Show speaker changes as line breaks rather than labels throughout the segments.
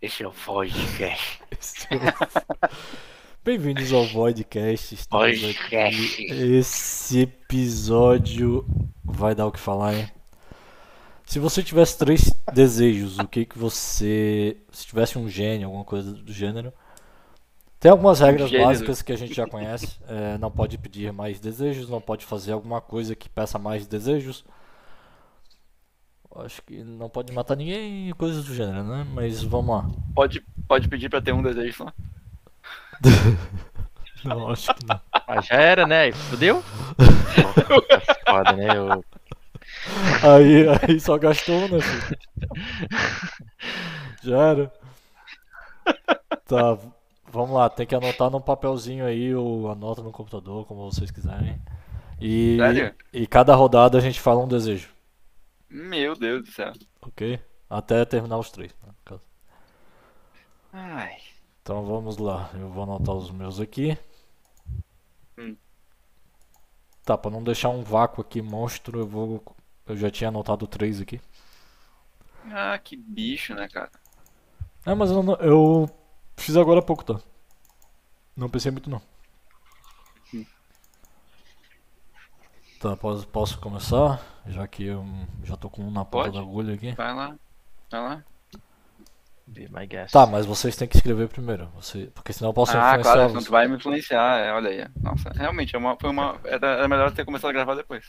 Esse é o podcast.
Bem-vindos ao Voidcast. Estamos
Podcast.
aqui. Esse episódio vai dar o que falar, hein? Se você tivesse três desejos, o que que você. Se tivesse um gênio, alguma coisa do gênero. Tem algumas regras
gênero.
básicas que a gente já conhece. É, não pode pedir mais desejos, não pode fazer alguma coisa que peça mais desejos. Acho que não pode matar ninguém, coisas do gênero, né? Mas vamos lá.
Pode, pode pedir pra ter um desejo só.
Não, acho que não.
Mas já era, né? Fudeu? Foda, né? Eu...
Aí, aí só gastou, né, filho? Já era. Tá, v- vamos lá, tem que anotar num papelzinho aí, ou anota no computador, como vocês quiserem. E,
Sério?
e cada rodada a gente fala um desejo,
Meu Deus do céu.
ok? Até terminar os três. né, no caso.
Ai.
Então vamos lá, eu vou anotar os meus aqui.
Hum.
Tá, pra não deixar um vácuo aqui monstro, eu vou. Eu já tinha anotado três aqui.
Ah, que bicho, né, cara?
É, mas eu, não- eu fiz agora há pouco, tá? Não pensei muito, não.
Hum.
Tá, posso, posso começar? Já que eu já tô com um na ponta
Pode.
da agulha aqui.
Vai lá. Vai lá.
Be my guest.
Tá, mas vocês têm que escrever primeiro. Você, porque senão eu posso
ah,
influenciar
claro, senão
você.
tu vai me influenciar. É, olha aí. Nossa, realmente, é uma, foi uma. Era, era melhor ter começado a gravar depois.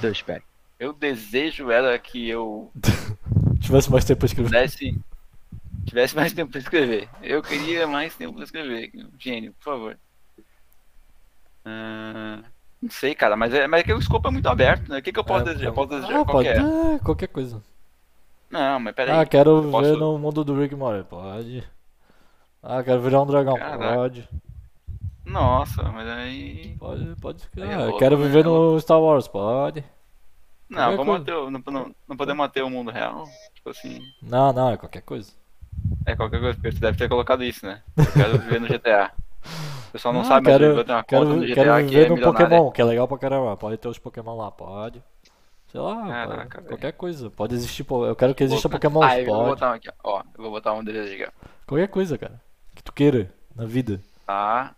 Dois pés.
Eu desejo era que eu
Tivesse mais tempo pra escrever.
pudesse. Tivesse mais tempo pra escrever. Eu queria mais tempo pra escrever. Gênio, por favor. Ah, não sei, cara, mas é, mas é que o escopo é muito aberto, né? O que, que eu posso
É,
desejar? Eu
pode-
posso desejar
Ah, pode-
qualquer.
é, qualquer coisa.
Não, mas peraí.
ah, quero
eu
viver
posso-
no mundo do Rick Morty. Pode. Ah, quero virar um dragão.
Caraca.
Pode.
Nossa, mas aí.
Pode, pode.
Aí é
Ah,
louco,
quero
né?
viver no Star Wars. Pode. Qualquer
Não, vamos
coisa. É.
até o- não, não, não podemos até o mundo real. Tipo assim,
Não, não, é qualquer coisa.
é qualquer coisa, porque tu deve ter colocado isso, né? Eu quero viver no GTA. O pessoal não,
Ah,
sabe, mas eu tenho uma
quero,
conta no
quero
GTA que
viver
é
no
milionária.
Pokémon, que é legal pra caramba. Pode ter os Pokémon lá, pode. Sei lá,
Caraca,
pode-
velho.
qualquer coisa. Pode existir, po- eu quero que exista
Louco, né?
Pokémon,
Ah, eu vou
pode.
botar um aqui, ó. Ó, Eu vou botar um desejo aqui, ó.
Qualquer coisa, cara. Que tu queira na vida.
Tá.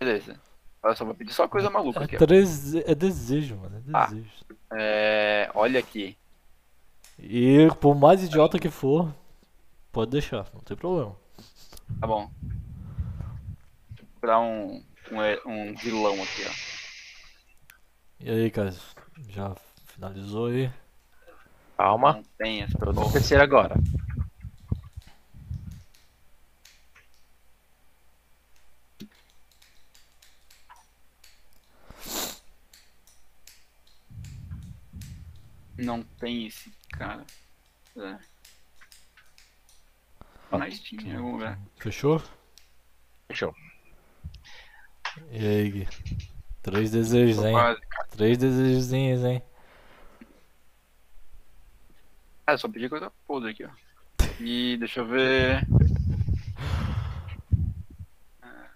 Beleza. Olha só, vou pedir só coisa maluca
É,
aqui, ó.
treze- é desejo, mano, é
Ah.
desejo.
É, olha aqui.
E por mais idiota que for, pode deixar, não tem problema.
Tá bom. Vou procurar um, um, he- um vilão aqui, ó.
E aí, cara, já finalizou aí?
Calma.
Não tem essa
Tô
porra.
no terceiro agora.
Não tem esse cara. É. Mas tinha um, né? em algum lugar.
Fechou?
Fechou.
E aí, Gui? Três desejos, hein?
Quase. Cara,
Três desejozinhos, hein?
eu Ah, só pedi coisa podre aqui, ó. E deixa eu ver. Ah.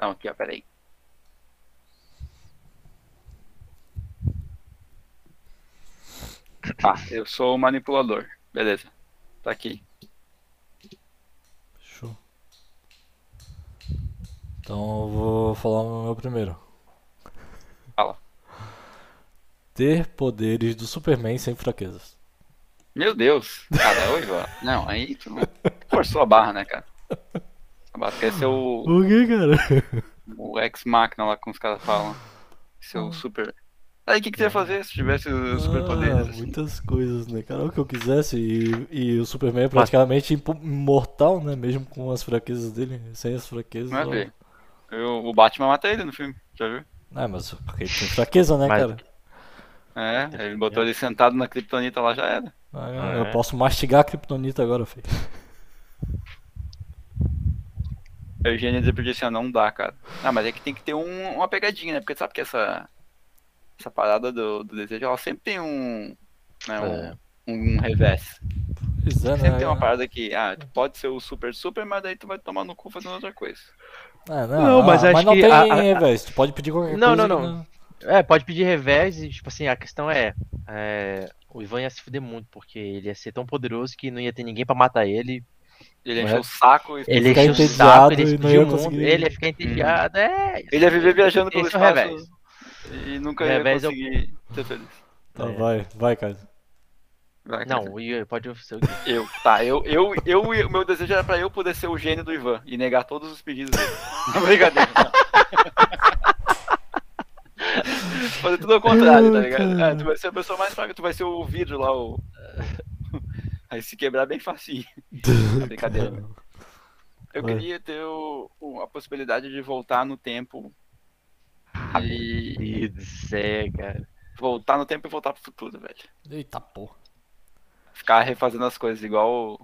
Não, aqui, ó, peraí. Tá, eu sou o manipulador. Beleza. Tá aqui.
Show. Então eu vou falar o meu primeiro.
Fala.
Ter poderes do Superman sem fraquezas.
Meu Deus, cara, hoje, ó. Não, aí tu não forçou a barra, né, cara? A barra quer ser o,
O que, cara?
o ex-máquina lá que os caras falam. Ser o super. Aí o que, que tu ia fazer se tivesse os superpoderes?
Ah,
assim?
muitas coisas, né, cara? O que eu quisesse. E, e o Superman é praticamente impo- imortal, né? Mesmo com as fraquezas dele. Sem as fraquezas.
Não é
ó.
ver. Eu, o Batman mata ele no filme, já viu?
Ah, mas porque ele tem fraqueza, né,
Mas-
cara?
É, ele botou ele sentado na Kryptonita lá, já era.
Ah,
Ah,
eu
é.
posso mastigar a Kryptonita agora, filho.
Aí o gênio dizia assim, ah, não dá, cara. Ah, mas é que tem que ter um- uma pegadinha, né? Porque tu sabe que essa, essa parada do, do desejo, ela sempre tem um. Né, um,
É.
um revés.
Pois é, né?
Sempre tem uma parada que, ah, tu pode ser o super super, mas daí tu vai tomar no cu fazendo outra coisa.
Ah, não,
Não,
ah,
mas acho
não
que
tem
a- a-
revés. Tu pode pedir qualquer
Não,
coisa. né?
não, não. É, pode pedir revés e, tipo assim, a questão é, é, O Ivan ia se fuder muito, porque ele ia ser tão poderoso que não ia ter ninguém pra matar ele.
Ele
Ué.
encheu o saco e
Ele
Ficar
encheu o saco, ele
entediado e não
explodiu
ia
o mundo,
conseguir-
ele ia ficar entediado, é.
ele ia viver viajando pelo
Esse é o
espaço
revés.
e nunca
O
ia
revés é o-
conseguir ser feliz.
Tá,
É.
vai, vai, cara.
Vai,
Não,
cara.
o Ivan pode ser o quê?
Eu, tá, eu, eu, eu, o meu desejo era pra eu poder ser o gênio do Ivan e negar todos os pedidos dele. Não, Brincadeira. não. Fazer tudo ao contrário, tá ligado? Ah, tu vai ser a pessoa mais fraca, tu vai ser o vidro lá, o. Aí se quebrar é bem facinho. É brincadeira. né? Eu
Vai.
queria ter o- o- a possibilidade de voltar no tempo.
Uhum.
E
Meu Deus do céu, cara.
voltar no tempo e voltar pro futuro, velho.
Eita porra.
Ficar refazendo as coisas igual.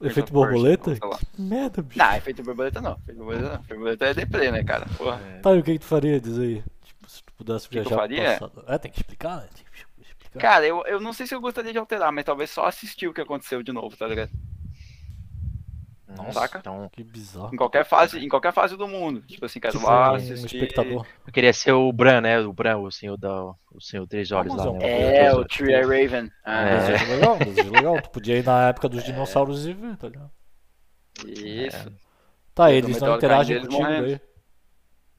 o-
Efeito
Prince of Persia,
borboleta?
não, sei lá.
É Que merda, bicho.
Não, efeito borboleta não. Efeito borboleta não. Efeito borboleta é deprê, né, cara? Porra.
É.
Tá, e o que, que tu faria? Diz aí. Tipo, se tu pudesse
que eu
viajar pro
faria?
passado. É, tem que explicar, né? Tem que explicar.
Cara, eu, eu não sei se eu gostaria de alterar, mas talvez só assistir o que aconteceu de novo, tá ligado?
Nossa,
Saca?
então
Que bizarro.
Em qualquer fase, em qualquer fase do mundo. Tipo assim, cara,
Tipo,
lá
um
assistir.
espectador.
eu queria ser o Bran, né? O Bran, o senhor da. O senhor Três Olhos lá,
Amazon.
né?
É,
Três
o
Olhos.
Tree Eye Raven. Ah,
É.
Um Desejo legal, desejo legal. Tu podia ir na época
É.
dos dinossauros e ver, tá ligado?
Isso.
Tá,
Eu
eles
também
não
tô
interagem
ligado, eles
contigo
morrem.
aí.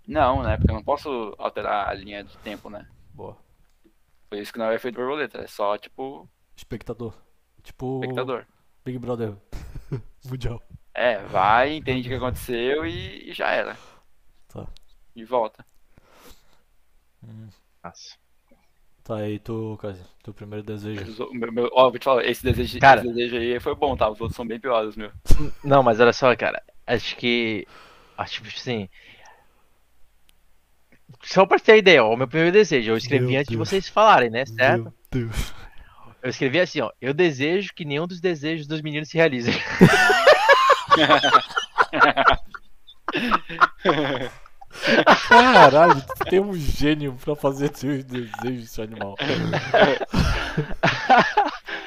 Não, né? Porque eu não posso alterar a linha de tempo, né?
Boa.
Por isso que não é efeito borboleta. É só, tipo,
Espectador. Tipo,
espectador.
Big Brother Mundial.
É, vai, entende o que aconteceu e, e já era.
Tá.
E volta.
Nossa.
Tá aí, tu, Kazi, teu primeiro desejo.
Os o- meu- meu- ó, vou te falar, esse desejo,
Cara.
esse desejo aí foi bom, tá? Os outros são bem piores, meu.
Não, mas olha só, cara. Acho que. Acho que assim. Só pra ter ideia, ó, o meu primeiro desejo. Eu escrevi
Meu
antes
Deus.
de vocês falarem, né? Certo?
Meu Deus.
Eu escrevi assim, ó. Eu desejo que nenhum dos desejos dos meninos se realize.
Caralho, tu tem um gênio pra fazer seus desejos, seu animal.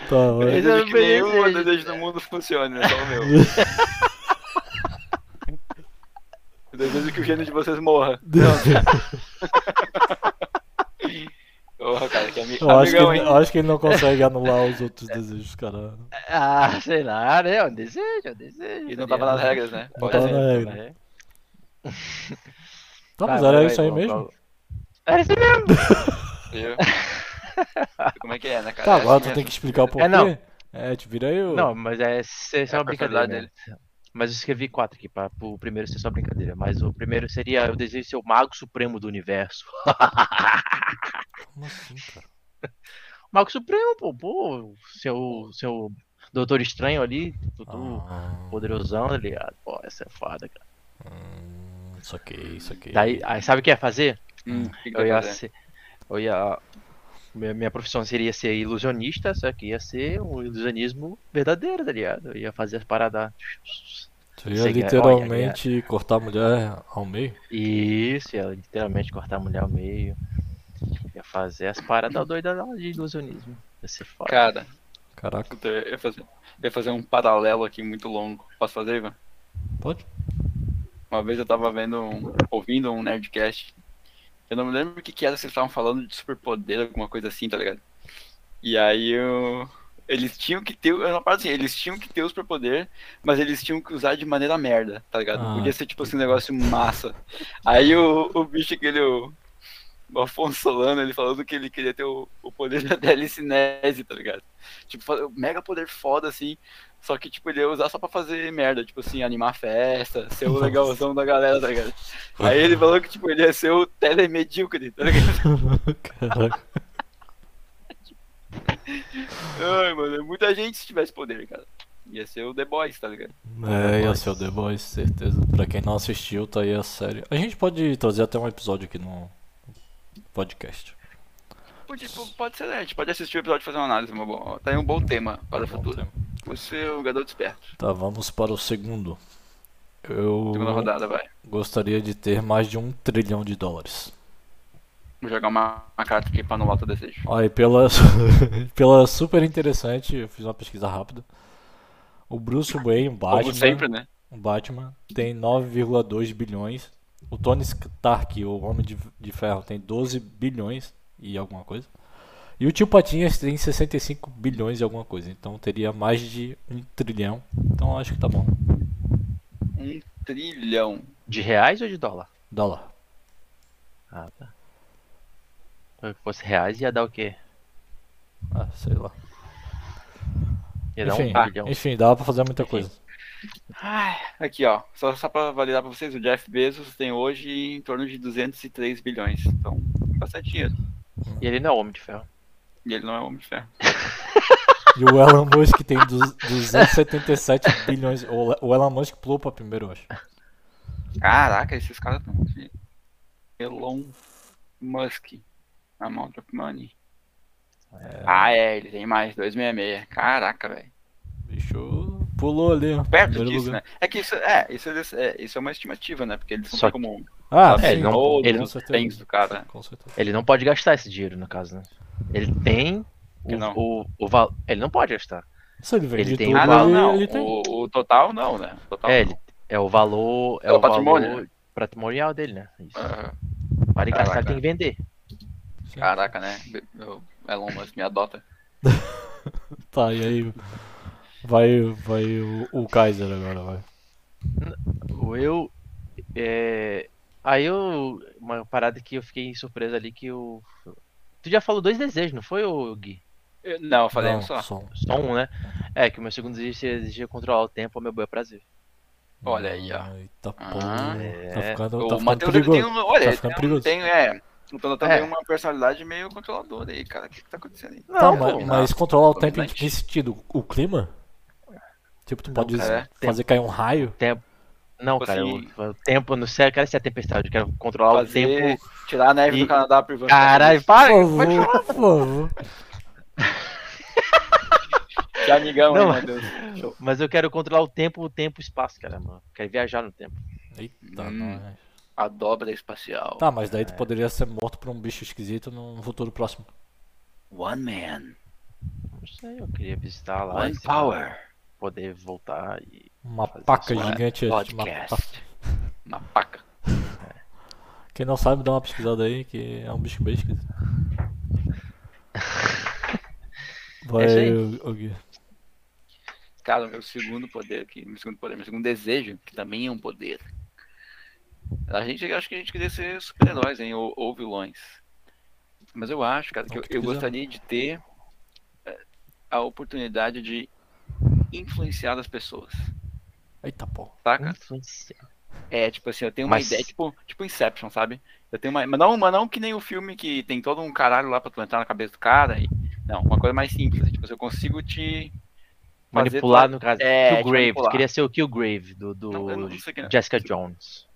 tá, vai.
Esse é
Desejo
o
que
meu
nenhum
desejo.
desejo do mundo funcione, né? Só o meu. Eu desejo É que o gênio de vocês morra. Porra, cara, que é ami...
Eu acho, que
amigão,
ele,
hein?
eu acho que ele não consegue anular os outros desejos, cara.
ah, sei lá, né? É um desejo, é um desejo.
E não tava nas regras, né?
Não
Pode
tava
ser.
na regra.
né?
Tá, mas
Vai,
era
vai,
isso aí
vai,
mesmo?
vai. Era isso mesmo.
Viu? Como é que é, né, cara?
Tá,
É
agora
assim
tu tem
mesmo.
que explicar o porquê.
É, não.
É, te vira aí, ô.
Não, mas é, se- é só
É a
uma brincadeira.
personalidade
né? Mas eu escrevi quatro aqui, pra, pro primeiro ser só brincadeira. Mas o primeiro seria eu desejo ser o mago supremo do universo.
Como assim, cara?
Mago supremo, pô, pô, seu, seu doutor estranho ali, tudo
Ah,
poderosão, tá ligado? Pô, essa é foda, cara.
hum, isso aqui, isso aqui.
Daí, aí sabe o que ia fazer?
Hum, o que que
Eu
eu
ia
fazer?
ser. Eu ia. Minha, minha profissão seria ser ilusionista, só que ia ser um ilusionismo verdadeiro, tá ligado? Eu ia fazer as paradas.
Tu ia
Sei que é-
literalmente cortar a mulher ao meio?
Isso, ia literalmente cortar a mulher ao meio. Ia fazer as paradas doidas lá de ilusionismo. Ia ser foda.
Cara,
Caraca,
puta, eu ia fazer, eu ia fazer um paralelo aqui muito longo. Posso fazer, Ivan?
pode?
Uma vez eu tava vendo um, ouvindo um Nerdcast. Eu não me lembro o que, que era, se eles estavam falando de superpoder, alguma coisa assim, tá ligado? E aí eu. Eles tinham que ter. Eu não parado assim, eles tinham que ter o superpoder, mas eles tinham que usar de maneira merda, tá ligado? Não
Ah.
Podia ser tipo assim, um negócio massa. Aí o, o bicho aquele. O, o Afonso Solano, ele falando que ele queria ter o, o poder da telecinese, tá ligado? Tipo, fa- mega poder foda, assim. Só que, tipo, ele ia usar só pra fazer merda, tipo assim, animar a festa, ser o legalzão da galera, tá ligado? Aí ele falou que, tipo, ele ia ser o telemedíocre, tá ligado?
Caraca.
Ai, mano, muita gente se tivesse poder, cara. Ia ser o The Boys, tá ligado?
É, ia ser o The Boys, certeza. Pra quem não assistiu, tá aí a série. A gente pode trazer até um episódio aqui no podcast.
Pode, pode ser, né? A gente pode assistir o episódio e fazer uma análise, uma boa. Tá aí um bom tema para o
Bom
futuro.
tema.
Você é um garoto esperto.
Tá, vamos para o segundo. Eu
Segunda rodada, vai.
gostaria de ter mais de um trilhão de dólares.
Vou jogar uma, uma carta aqui pra anular teu desejo.
Olha, e pela, pela super interessante, eu fiz uma pesquisa rápida. O Bruce Wayne, o
Como
Batman,
sempre, né?
o Batman tem 9,2 bilhões O Tony Stark, o Homem de, de Ferro, tem 12 bilhões e alguma coisa. E o tio Patinhas tem 65 bilhões e alguma coisa. Então teria mais de um trilhão. Então acho que tá bom.
Um trilhão.
De reais ou de dólar?
Dólar.
Ah, tá. Se fosse reais, ia dar o quê?
Ah, sei lá.
Ia dar
enfim, Ah,
um bilhão.
enfim, dava pra fazer muita
Enfim.
coisa.
Ai, Aqui, ó. Só, só pra validar pra vocês, o Jeff Bezos tem hoje em torno de 203 bilhões. Então, bastante dinheiro.
E ele não é homem de ferro.
E ele não é homem de ferro.
E o Elon Musk tem du- 277 bilhões. O Le- o Elon Musk pulou pra primeiro, eu acho.
Caraca, esses caras estão. Elon Musk. Amount of money. Ah, é, ele tem mais, 266. Caraca, velho.
Bicho pulou ali, ó.
Perto
primeiro
disso,
lugar.
né? É que isso é, isso, é, isso é uma estimativa, né? Porque eles não
Só
têm como.
Ah,
saber
É,
sim.
não-
todos
ele
com
não
os
certeza.
bens do cara.
Com certeza.
Ele não pode gastar esse dinheiro, no caso, né? Ele tem
Que
o,
não.
o, o valor. Ele não pode gastar.
Se ele vende
Ele tem- um
tudo,
Ah, não,
ele,
não.
ele tem.
O, o total não, né? O total
É,
não.
ele, é o valor. É,
É o
o, patrimônio.
patrimônio,
patrimonial dele, né? Isso.
Ah,
Para ele gastar,
Caraca.
ele tem que vender.
Sim.
caraca, né? Be- o Elon Musk me adota.
Tá, e aí vai, vai o, o Kaiser agora, vai.
O Eu. é, Aí eu. Uma parada que eu fiquei surpresa ali que o. Tu já falou dois desejos, não foi, ô Gui?
Eu- Não, eu falei
Não, tá
só.
som.
Só um, né? É, que o meu segundo desejo seria desejo controlar o tempo ao meu bom prazer.
Olha aí, ó.
Eita
Ah,
porra. Tá
é.
ficando, tá
O
ficando
Matheus ele tem
perigoso.
um. Olha,
Tá
ele
ficando
tem, um-
perigoso.
tem, é. O Tonatão
É.
tem uma personalidade meio controladora aí, cara. O que, que tá acontecendo aí?
Tá,
Não,
mas,
pô.
mas controlar o tempo em
Dominante.
que sentido? O clima? Tipo, tu pode
cara,
é.
fazer cair um raio?
Não,
Tipo
cara,
assim-
eu- o tempo, não sei, eu quero ser a tempestade, eu quero controlar o tempo.
Fazer, tirar a neve
E-
do Canadá privando.
Caralho, para!
Por favor, por favor.
Que amigão,
Não,
hein, meu Deus.
Mas eu quero controlar o tempo, o tempo e o espaço, cara, mano. Quero viajar no tempo.
Eita,
Hum. é.
nós.
A dobra espacial.
Tá, mas daí tu poderia ser morto por um bicho esquisito num futuro próximo.
One man.
Não sei, eu queria visitar lá.
One
e, sei lá,
power.
Poder voltar e.
Uma
Fazer
paca
isso, né?
gigante. de uma-
Podcast. Uma paca.
Quem não sabe, dá uma pesquisada aí, que é um bicho bem esquisito. Vai,
É isso aí.
o- o Gui.
Cara, o meu segundo poder aqui, meu segundo poder, meu segundo desejo, que também é um poder. A gente, eu acho que a gente queria ser super-heróis, hein, ou, ou vilões. Mas eu acho, cara, que
É o
eu,
que tu
eu
quiser.
gostaria de ter eh, a oportunidade de influenciar as pessoas,
Eita porra.
saca?
Influenciar.
É, tipo assim, eu tenho uma
Hum. Mas-
ideia, tipo, tipo Inception, sabe? Eu tenho uma, mas não, mas não que nem o filme que tem todo um caralho lá pra tu entrar na cabeça do cara. E, não, uma coisa mais simples, tipo, se eu consigo te fazer
Manipular, no caso.
É, te
Killgrave.
manipular.
Queria ser o Killgrave do, do
Não, eu não sei quem é.
Jessica Jones.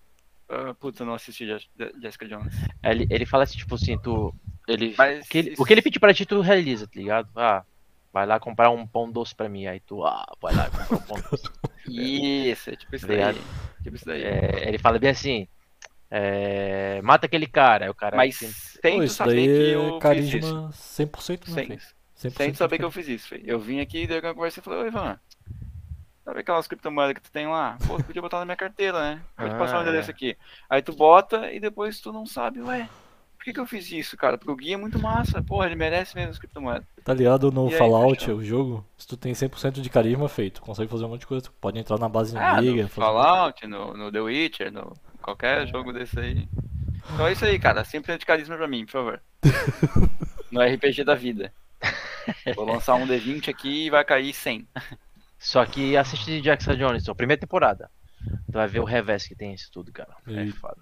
Ah, Putz, eu não assisti Jes- Je- Jessica Jones.
Ele, ele fala assim, tipo assim, tu. Ele,
Mas
o, que ele,
isso-
o que ele pediu pra ti, tu realiza, tá ligado? Ah, vai lá comprar um pão doce pra mim. Aí tu, ah, vai lá comprar um pão doce.
Isso, é tipo isso daí.
Obrigado.
Tipo isso daí.
É, ele fala bem assim. é, mata aquele cara. Aí o cara.
Mas
assim,
sem
Pô,
tu
isso
saber
daí
que
é
eu fiz isso.
carisma 100%, né,
Sem,
filho?
sem
100%
tu saber que eu fiz isso, filho. Eu vim aqui, daí eu conversei e falei, oi, Ivan. Sabe aquelas criptomoedas que tu tem lá? Pô, tu podia botar na minha carteira, né? Vou te
Ah,
passar um
é.
endereço aqui. Aí tu bota e depois tu não sabe, ué. Por que, que eu fiz isso, cara? Porque o Gui é muito massa. Porra, ele merece mesmo as criptomoedas.
Tá ligado no
E aí,
Fallout,
Cristiano?
o jogo? Se tu tem 100% de carisma, feito, consegue fazer um monte de coisa. Tu pode entrar na base
Ah,
inimiga.
no
fazer- um
Fallout, no, no The Witcher, no qualquer jogo desse aí. Então é isso aí, cara. Sempre de carisma pra mim, por favor. No RPG da vida. Vou lançar um D20 aqui e vai cair 100.
Só que assiste Jackson Jones, ó, primeira temporada. Tu vai ver o revés que tem isso tudo, cara. É
Eita.
foda.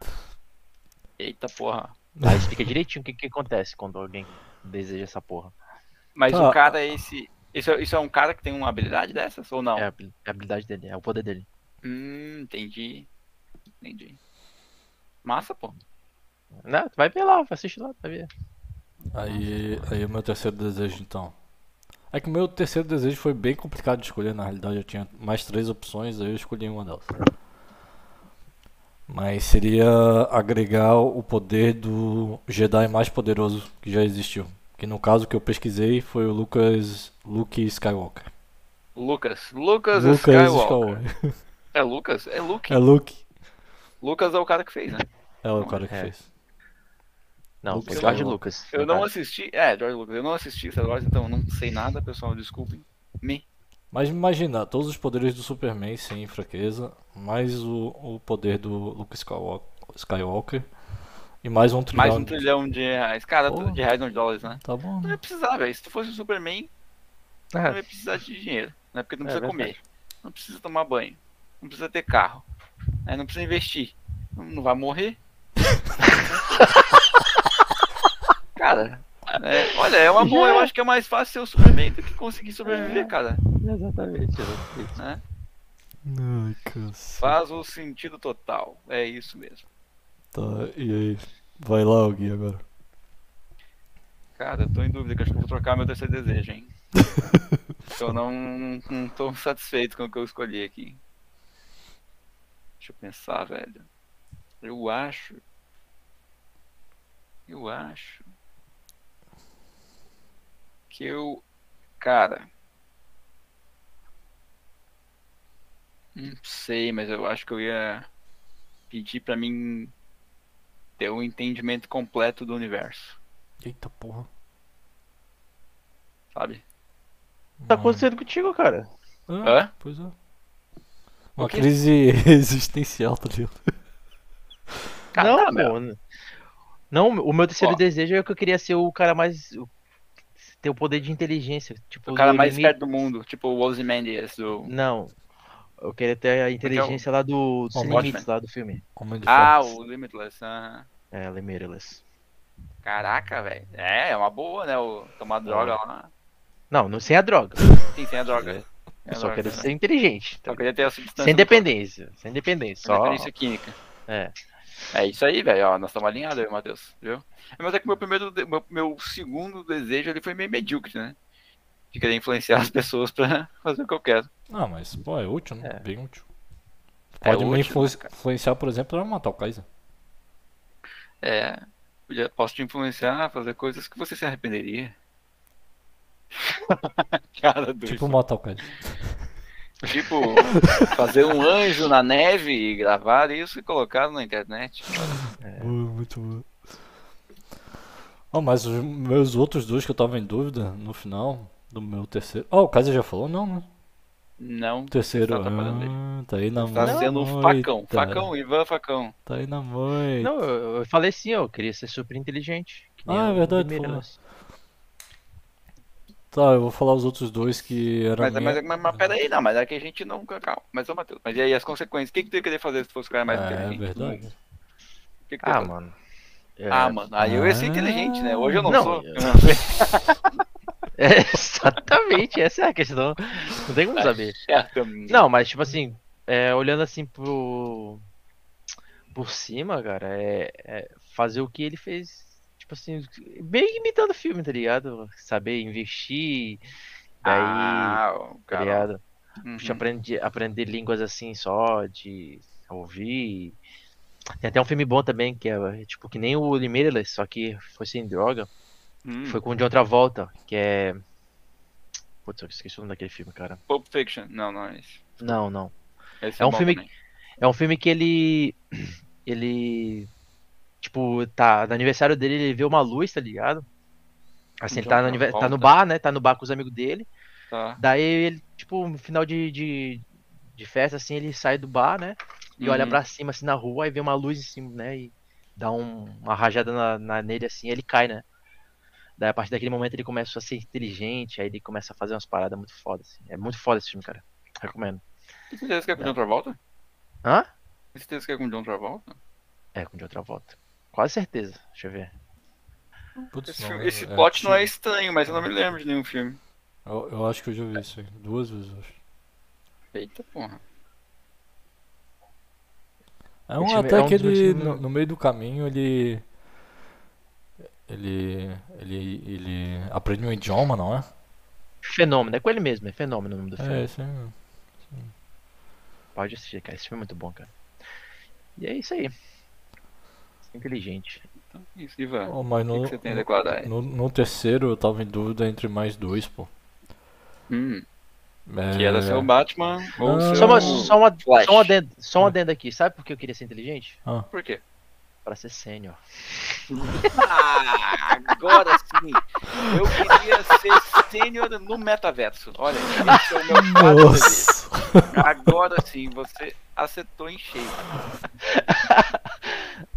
Eita porra.
Aí explica direitinho o que, que acontece quando alguém deseja essa porra.
Mas
Tá.
o cara é esse. Isso é, isso é um cara que tem uma habilidade dessas ou não?
É a habil- é a habilidade dele, é o poder dele.
Hum, entendi. Entendi. Massa, pô.
Não, tu vai ver lá, assiste lá, tu vai ver.
Aí, aí o meu terceiro desejo, então. É que o meu terceiro desejo foi bem complicado de escolher, na realidade eu tinha mais três opções, aí eu escolhi uma delas. Mas seria agregar o poder do Jedi mais poderoso que já existiu. Que no caso que eu pesquisei foi o Lucas Luke Skywalker.
Lucas. Lucas,
Lucas
Skywalker.
Skywalker.
É Lucas? É Luke.
É Luke.
Lucas é o cara que fez, né?
É o cara que
É.
fez.
Não,
Lucas
foi George
Lucas.
Lucas.
Eu
no
não
caso.
assisti. É, George Lucas, eu não assisti Star Wars, então não sei nada, pessoal, desculpem. Me.
Mas imagina, todos os poderes do Superman sem fraqueza, mais o, o poder do Luke Skywalk- Skywalker e mais um trilhão.
Mais um trilhão de reais. Cara,
Porra.
de reais não de dólares, né?
Tá bom.
Não ia precisar, velho. Se tu fosse o Superman, não
Ah,
ia precisar de dinheiro. Né? Porque não
É
precisa
verdade.
comer. Não precisa tomar banho. Não precisa ter carro. né? Não precisa investir. Não- Não vai morrer. cara, é, olha, é uma boa. Eu acho que é mais fácil ser o Superman do que conseguir sobreviver, cara.
exatamente. exatamente.
Né?
Ai, caceta.
Faz o sentido total. É isso mesmo.
Tá, e aí? Vai lá, o Gui, agora.
Cara, eu tô em dúvida, que eu acho que eu vou trocar meu terceiro desejo, hein? eu não, não tô satisfeito com o que eu escolhi aqui. Deixa eu pensar, velho. Eu acho. Eu acho. Que eu. Cara. Não sei, mas eu acho que eu ia pedir pra mim ter um entendimento completo do universo
Eita porra.
sabe?
Tá acontecendo contigo, cara.
Ah,
Hã?
Pois é. Uma
quê?
crise existencial, tá ligado?
Cara,
não,
tá, meu.
pô, n- Não, o meu terceiro
Ó.
desejo é que eu queria ser o cara mais. o- ter o poder de inteligência. Tipo,
O cara
do
mais
limite-
esperto do mundo, tipo o Ozymandias do... é
Não. Eu queria ter a inteligência lá do. dos
Bom,
limites
Watchmen.
lá do filme.
Homem de
Ah,
ferro.
o Limitless. aham.
É, Limitless.
Caraca, velho. É, é uma boa, né? O tomar
É.
droga lá.
Não, não sem a droga.
Sim, sem a droga. Sem a
Eu É. só
droga, é
quero
né?
ser inteligente. tá
Só queria ter a substância.
Sem
do corpo,
dependência. Sem dependência.
sem
Só.
dependência química.
É.
É isso aí, velho. ó, Nós estamos alinhados aí, Matheus. Viu? Mas é que meu primeiro, de- meu, meu segundo desejo ele foi meio medíocre, né? De querer influenciar as pessoas pra fazer o que eu quero.
Ah, mas pô, é útil, né?
É.
Bem útil.
É
Pode me
útil,
influ-
cara.
influenciar, por exemplo, pra matar o Kaiser.
É. podia- Posso te influenciar a fazer coisas que você se arrependeria. Cara do.
Tipo matar o Kaiser.
Tipo, fazer um anjo na neve e gravar isso e colocar na internet.
Boa, muito bom. É. Oh, mas os meus outros dois que eu tava em dúvida no final do meu terceiro. Oh, o Kaiser já falou? Não, né?
Não.
O terceiro.
Tá atrapalhando ele.
Ah, tá aí na mão.
Tá sendo um facão. Facão, Ivan Facão.
Tá aí na mãe.
Não, eu, eu falei sim, eu queria ser super inteligente. que nem
Ah, é
o
verdade,
Limitless.
Tá, eu vou falar os outros dois que eram.
Mas, é
minha...
mas, mas, mas peraí, não, mas é que a gente não. Calma. Mas ô Matheus, mas e aí as consequências? O que, que tu ia querer fazer se fosse o cara mais
é,
inteligente? do mundo?
verdade.
O que que tu
Ah,
ia fazer?
mano. É,
ah, mano, aí eu ia ser inteligente, né? Hoje eu não,
Não,
sou.
eu-
Eu não sei.
É, exatamente, essa é a questão. Não tem
É.
como saber.
Certo.
Não, mas tipo assim, é, olhando assim pro. Por cima, cara, é, é fazer o que ele fez. Tipo assim, bem imitando o filme, tá ligado? Saber investir. Daí,
Ah, o
tá
cara.
ligado?
Uhum.
Puxa, aprende, aprender línguas assim só, de ouvir. Tem até um filme bom também, que é tipo que nem o Limitless, só que foi sem droga.
Hum.
Foi com o de outra volta, que é. Putz, eu esqueci o nome daquele filme, cara.
Pulp Fiction. Não, não é isso.
Não, não.
Esse
É um
bom
filme-
também.
É um filme que ele. Ele. Tipo, tá. No aniversário dele, ele vê uma luz, tá ligado? Assim, ele
De
tá no,
outra
anive- tá no
volta.
bar, né? Tá no bar com os amigos dele.
Tá.
Daí ele, tipo, no final de, de, de festa, assim, ele sai do bar, né? E olha
Uhum.
pra cima, assim, na rua, e vê uma luz em cima, né? E dá um- uma rajada na, na- nele, assim, e ele cai, né? Daí a partir daquele momento ele começa a ser inteligente, aí ele começa a fazer umas paradas muito foda, assim. É muito foda esse filme, cara. Recomendo.
Tem certeza que é com o John Travolta?
Hã?
Tem certeza que é com o John Travolta?
É, com de outra volta. Quase certeza. Deixa eu ver.
Putz,
Esse,
não,
filme-
é-
esse plot não é
antigo.
estranho, mas eu não me lembro de nenhum filme.
Eu, eu acho que eu já vi isso aí. Duas vezes, eu acho.
Eita porra.
É
Esse
um
é
até
um dos
que ele,
últimos-
no, no meio do caminho, ele. Ele. Ele. Ele aprende um idioma, não é?
Fenômeno, é com ele mesmo, é fenômeno o nome do filme.
É, isso aí mesmo.
Pode assistir, cara. Esse filme é muito bom, cara. E é isso aí. Inteligente.
Então, isso, Ivan.
Oh, mas
O que
no,
que você tem a declarar aí?
no, no terceiro eu tava em dúvida entre mais dois, pô.
Hum,
É...
que era ser o Batman ou
Não,
ser
Só,
não,
uma,
o...
não.
só, uma,
Flash.
só um adendo, só um adendo aqui. Sabe por que eu queria ser inteligente?
Por quê?
pra ser sênior.
Ah, agora sim! Eu queria ser sênior no metaverso. Olha, esse é o meu quadro. preferido.
Nossa.
Agora sim, você acertou em cheio.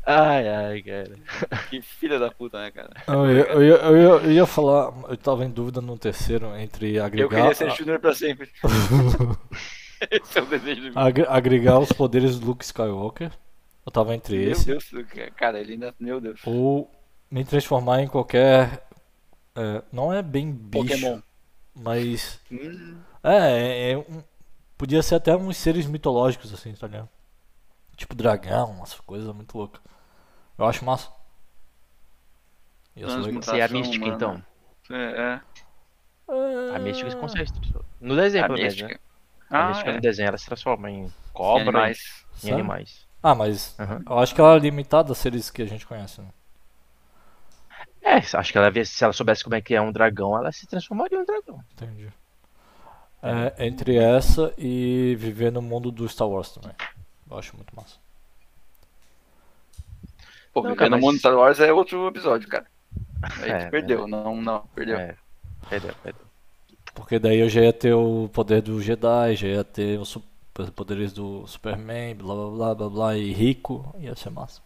Ai, ai, cara.
Que filha da puta, né, cara?
Não, eu, eu, eu, eu- eu ia falar, eu tava em dúvida no terceiro entre agregar,
Eu queria ser Junior pra sempre. Esse é o desejo do meu.
agre- agregar os poderes do Luke Skywalker. Eu tava entre
Meu
esse.
Deus, cara, ele ainda. Meu Deus.
Ou me transformar em qualquer. é, não é bem bicho,
Pokémon.
mas.
Hum,
É, é um- podia ser até uns seres mitológicos, assim, tá ligado? Tipo dragão, umas coisas muito loucas. Eu acho massa. Ia ser
Mas
legal.
Você é a
Mutação
mística,
humana.
então.
é, é.
A mística se
Ah.
consegue se transformar. No desenho,
A
pelo menos, né?
mística.
A
Ah,
mística
é.
no desenho, ela se transforma em
Tem
cobra, em
animais.
Sério?
animais.
Ah, mas
Aham.
eu acho que ela é limitada a seres que a gente conhece, né?
É, acho que ela vê, se ela soubesse como é que é um dragão, ela se transformaria em um dragão.
Entendi. É, entre essa e viver no mundo do Star Wars também. Eu acho muito massa.
Pô,
Não,
viver
cara,
no
mas-
mundo de Star Wars é outro episódio, cara. Aí
É,
gente perdeu, não, não, perdeu.
É. Perdeu, perdeu.
Porque daí eu já ia ter o poder do Jedi, já ia ter os super poderes do Superman, blá blá blá blá blá, e rico, ia ser massa.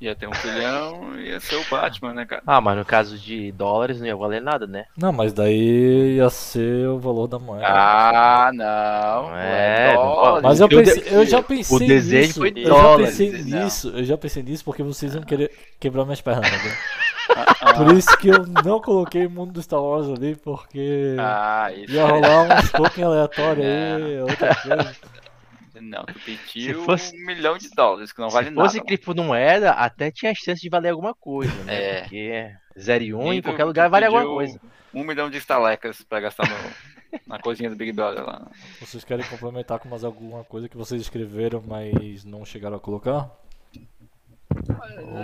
Ia ter um filhão, ia ser o Batman, né, cara?
Ah, mas no caso de dólares não ia valer nada, né?
Não, mas daí ia ser o valor da moeda.
Ah, não.
É, não fala.
É. mas eu,
porque o
pensei- eu já pensei
o desejo
nisso.
foi
eu
dólares,
já pensei
não.
nisso, eu já pensei nisso porque vocês
Ah.
iam querer quebrar minhas pernas, tá ligado? Por isso que eu não coloquei o mundo do Star Wars ali, porque
Ah, isso.
ia rolar um uns token aleatórios aí,
É.
outra coisa.
Não, tu pediu
Se fosse-
um milhão de dólares, que não vale
se fosse
nada.
criptomoeda, até tinha chance de valer alguma coisa, né?
É.
Porque 0 e 1
E
em
tu-
qualquer
tu
lugar vale alguma
pediu
coisa.
Um milhão de estalecas pra gastar no- na cozinha do Big Brother lá.
Vocês querem complementar com mais alguma coisa que vocês escreveram, mas não chegaram a colocar?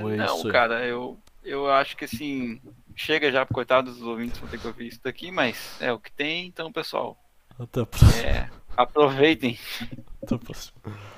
Ou é
não,
isso aí?
cara, eu, eu acho que assim. Chega já, coitados dos ouvintes, vão ter que ouvir isso daqui, mas é o que tem, então, pessoal.
Até a próxima.
É, aproveitem.
Até a próxima.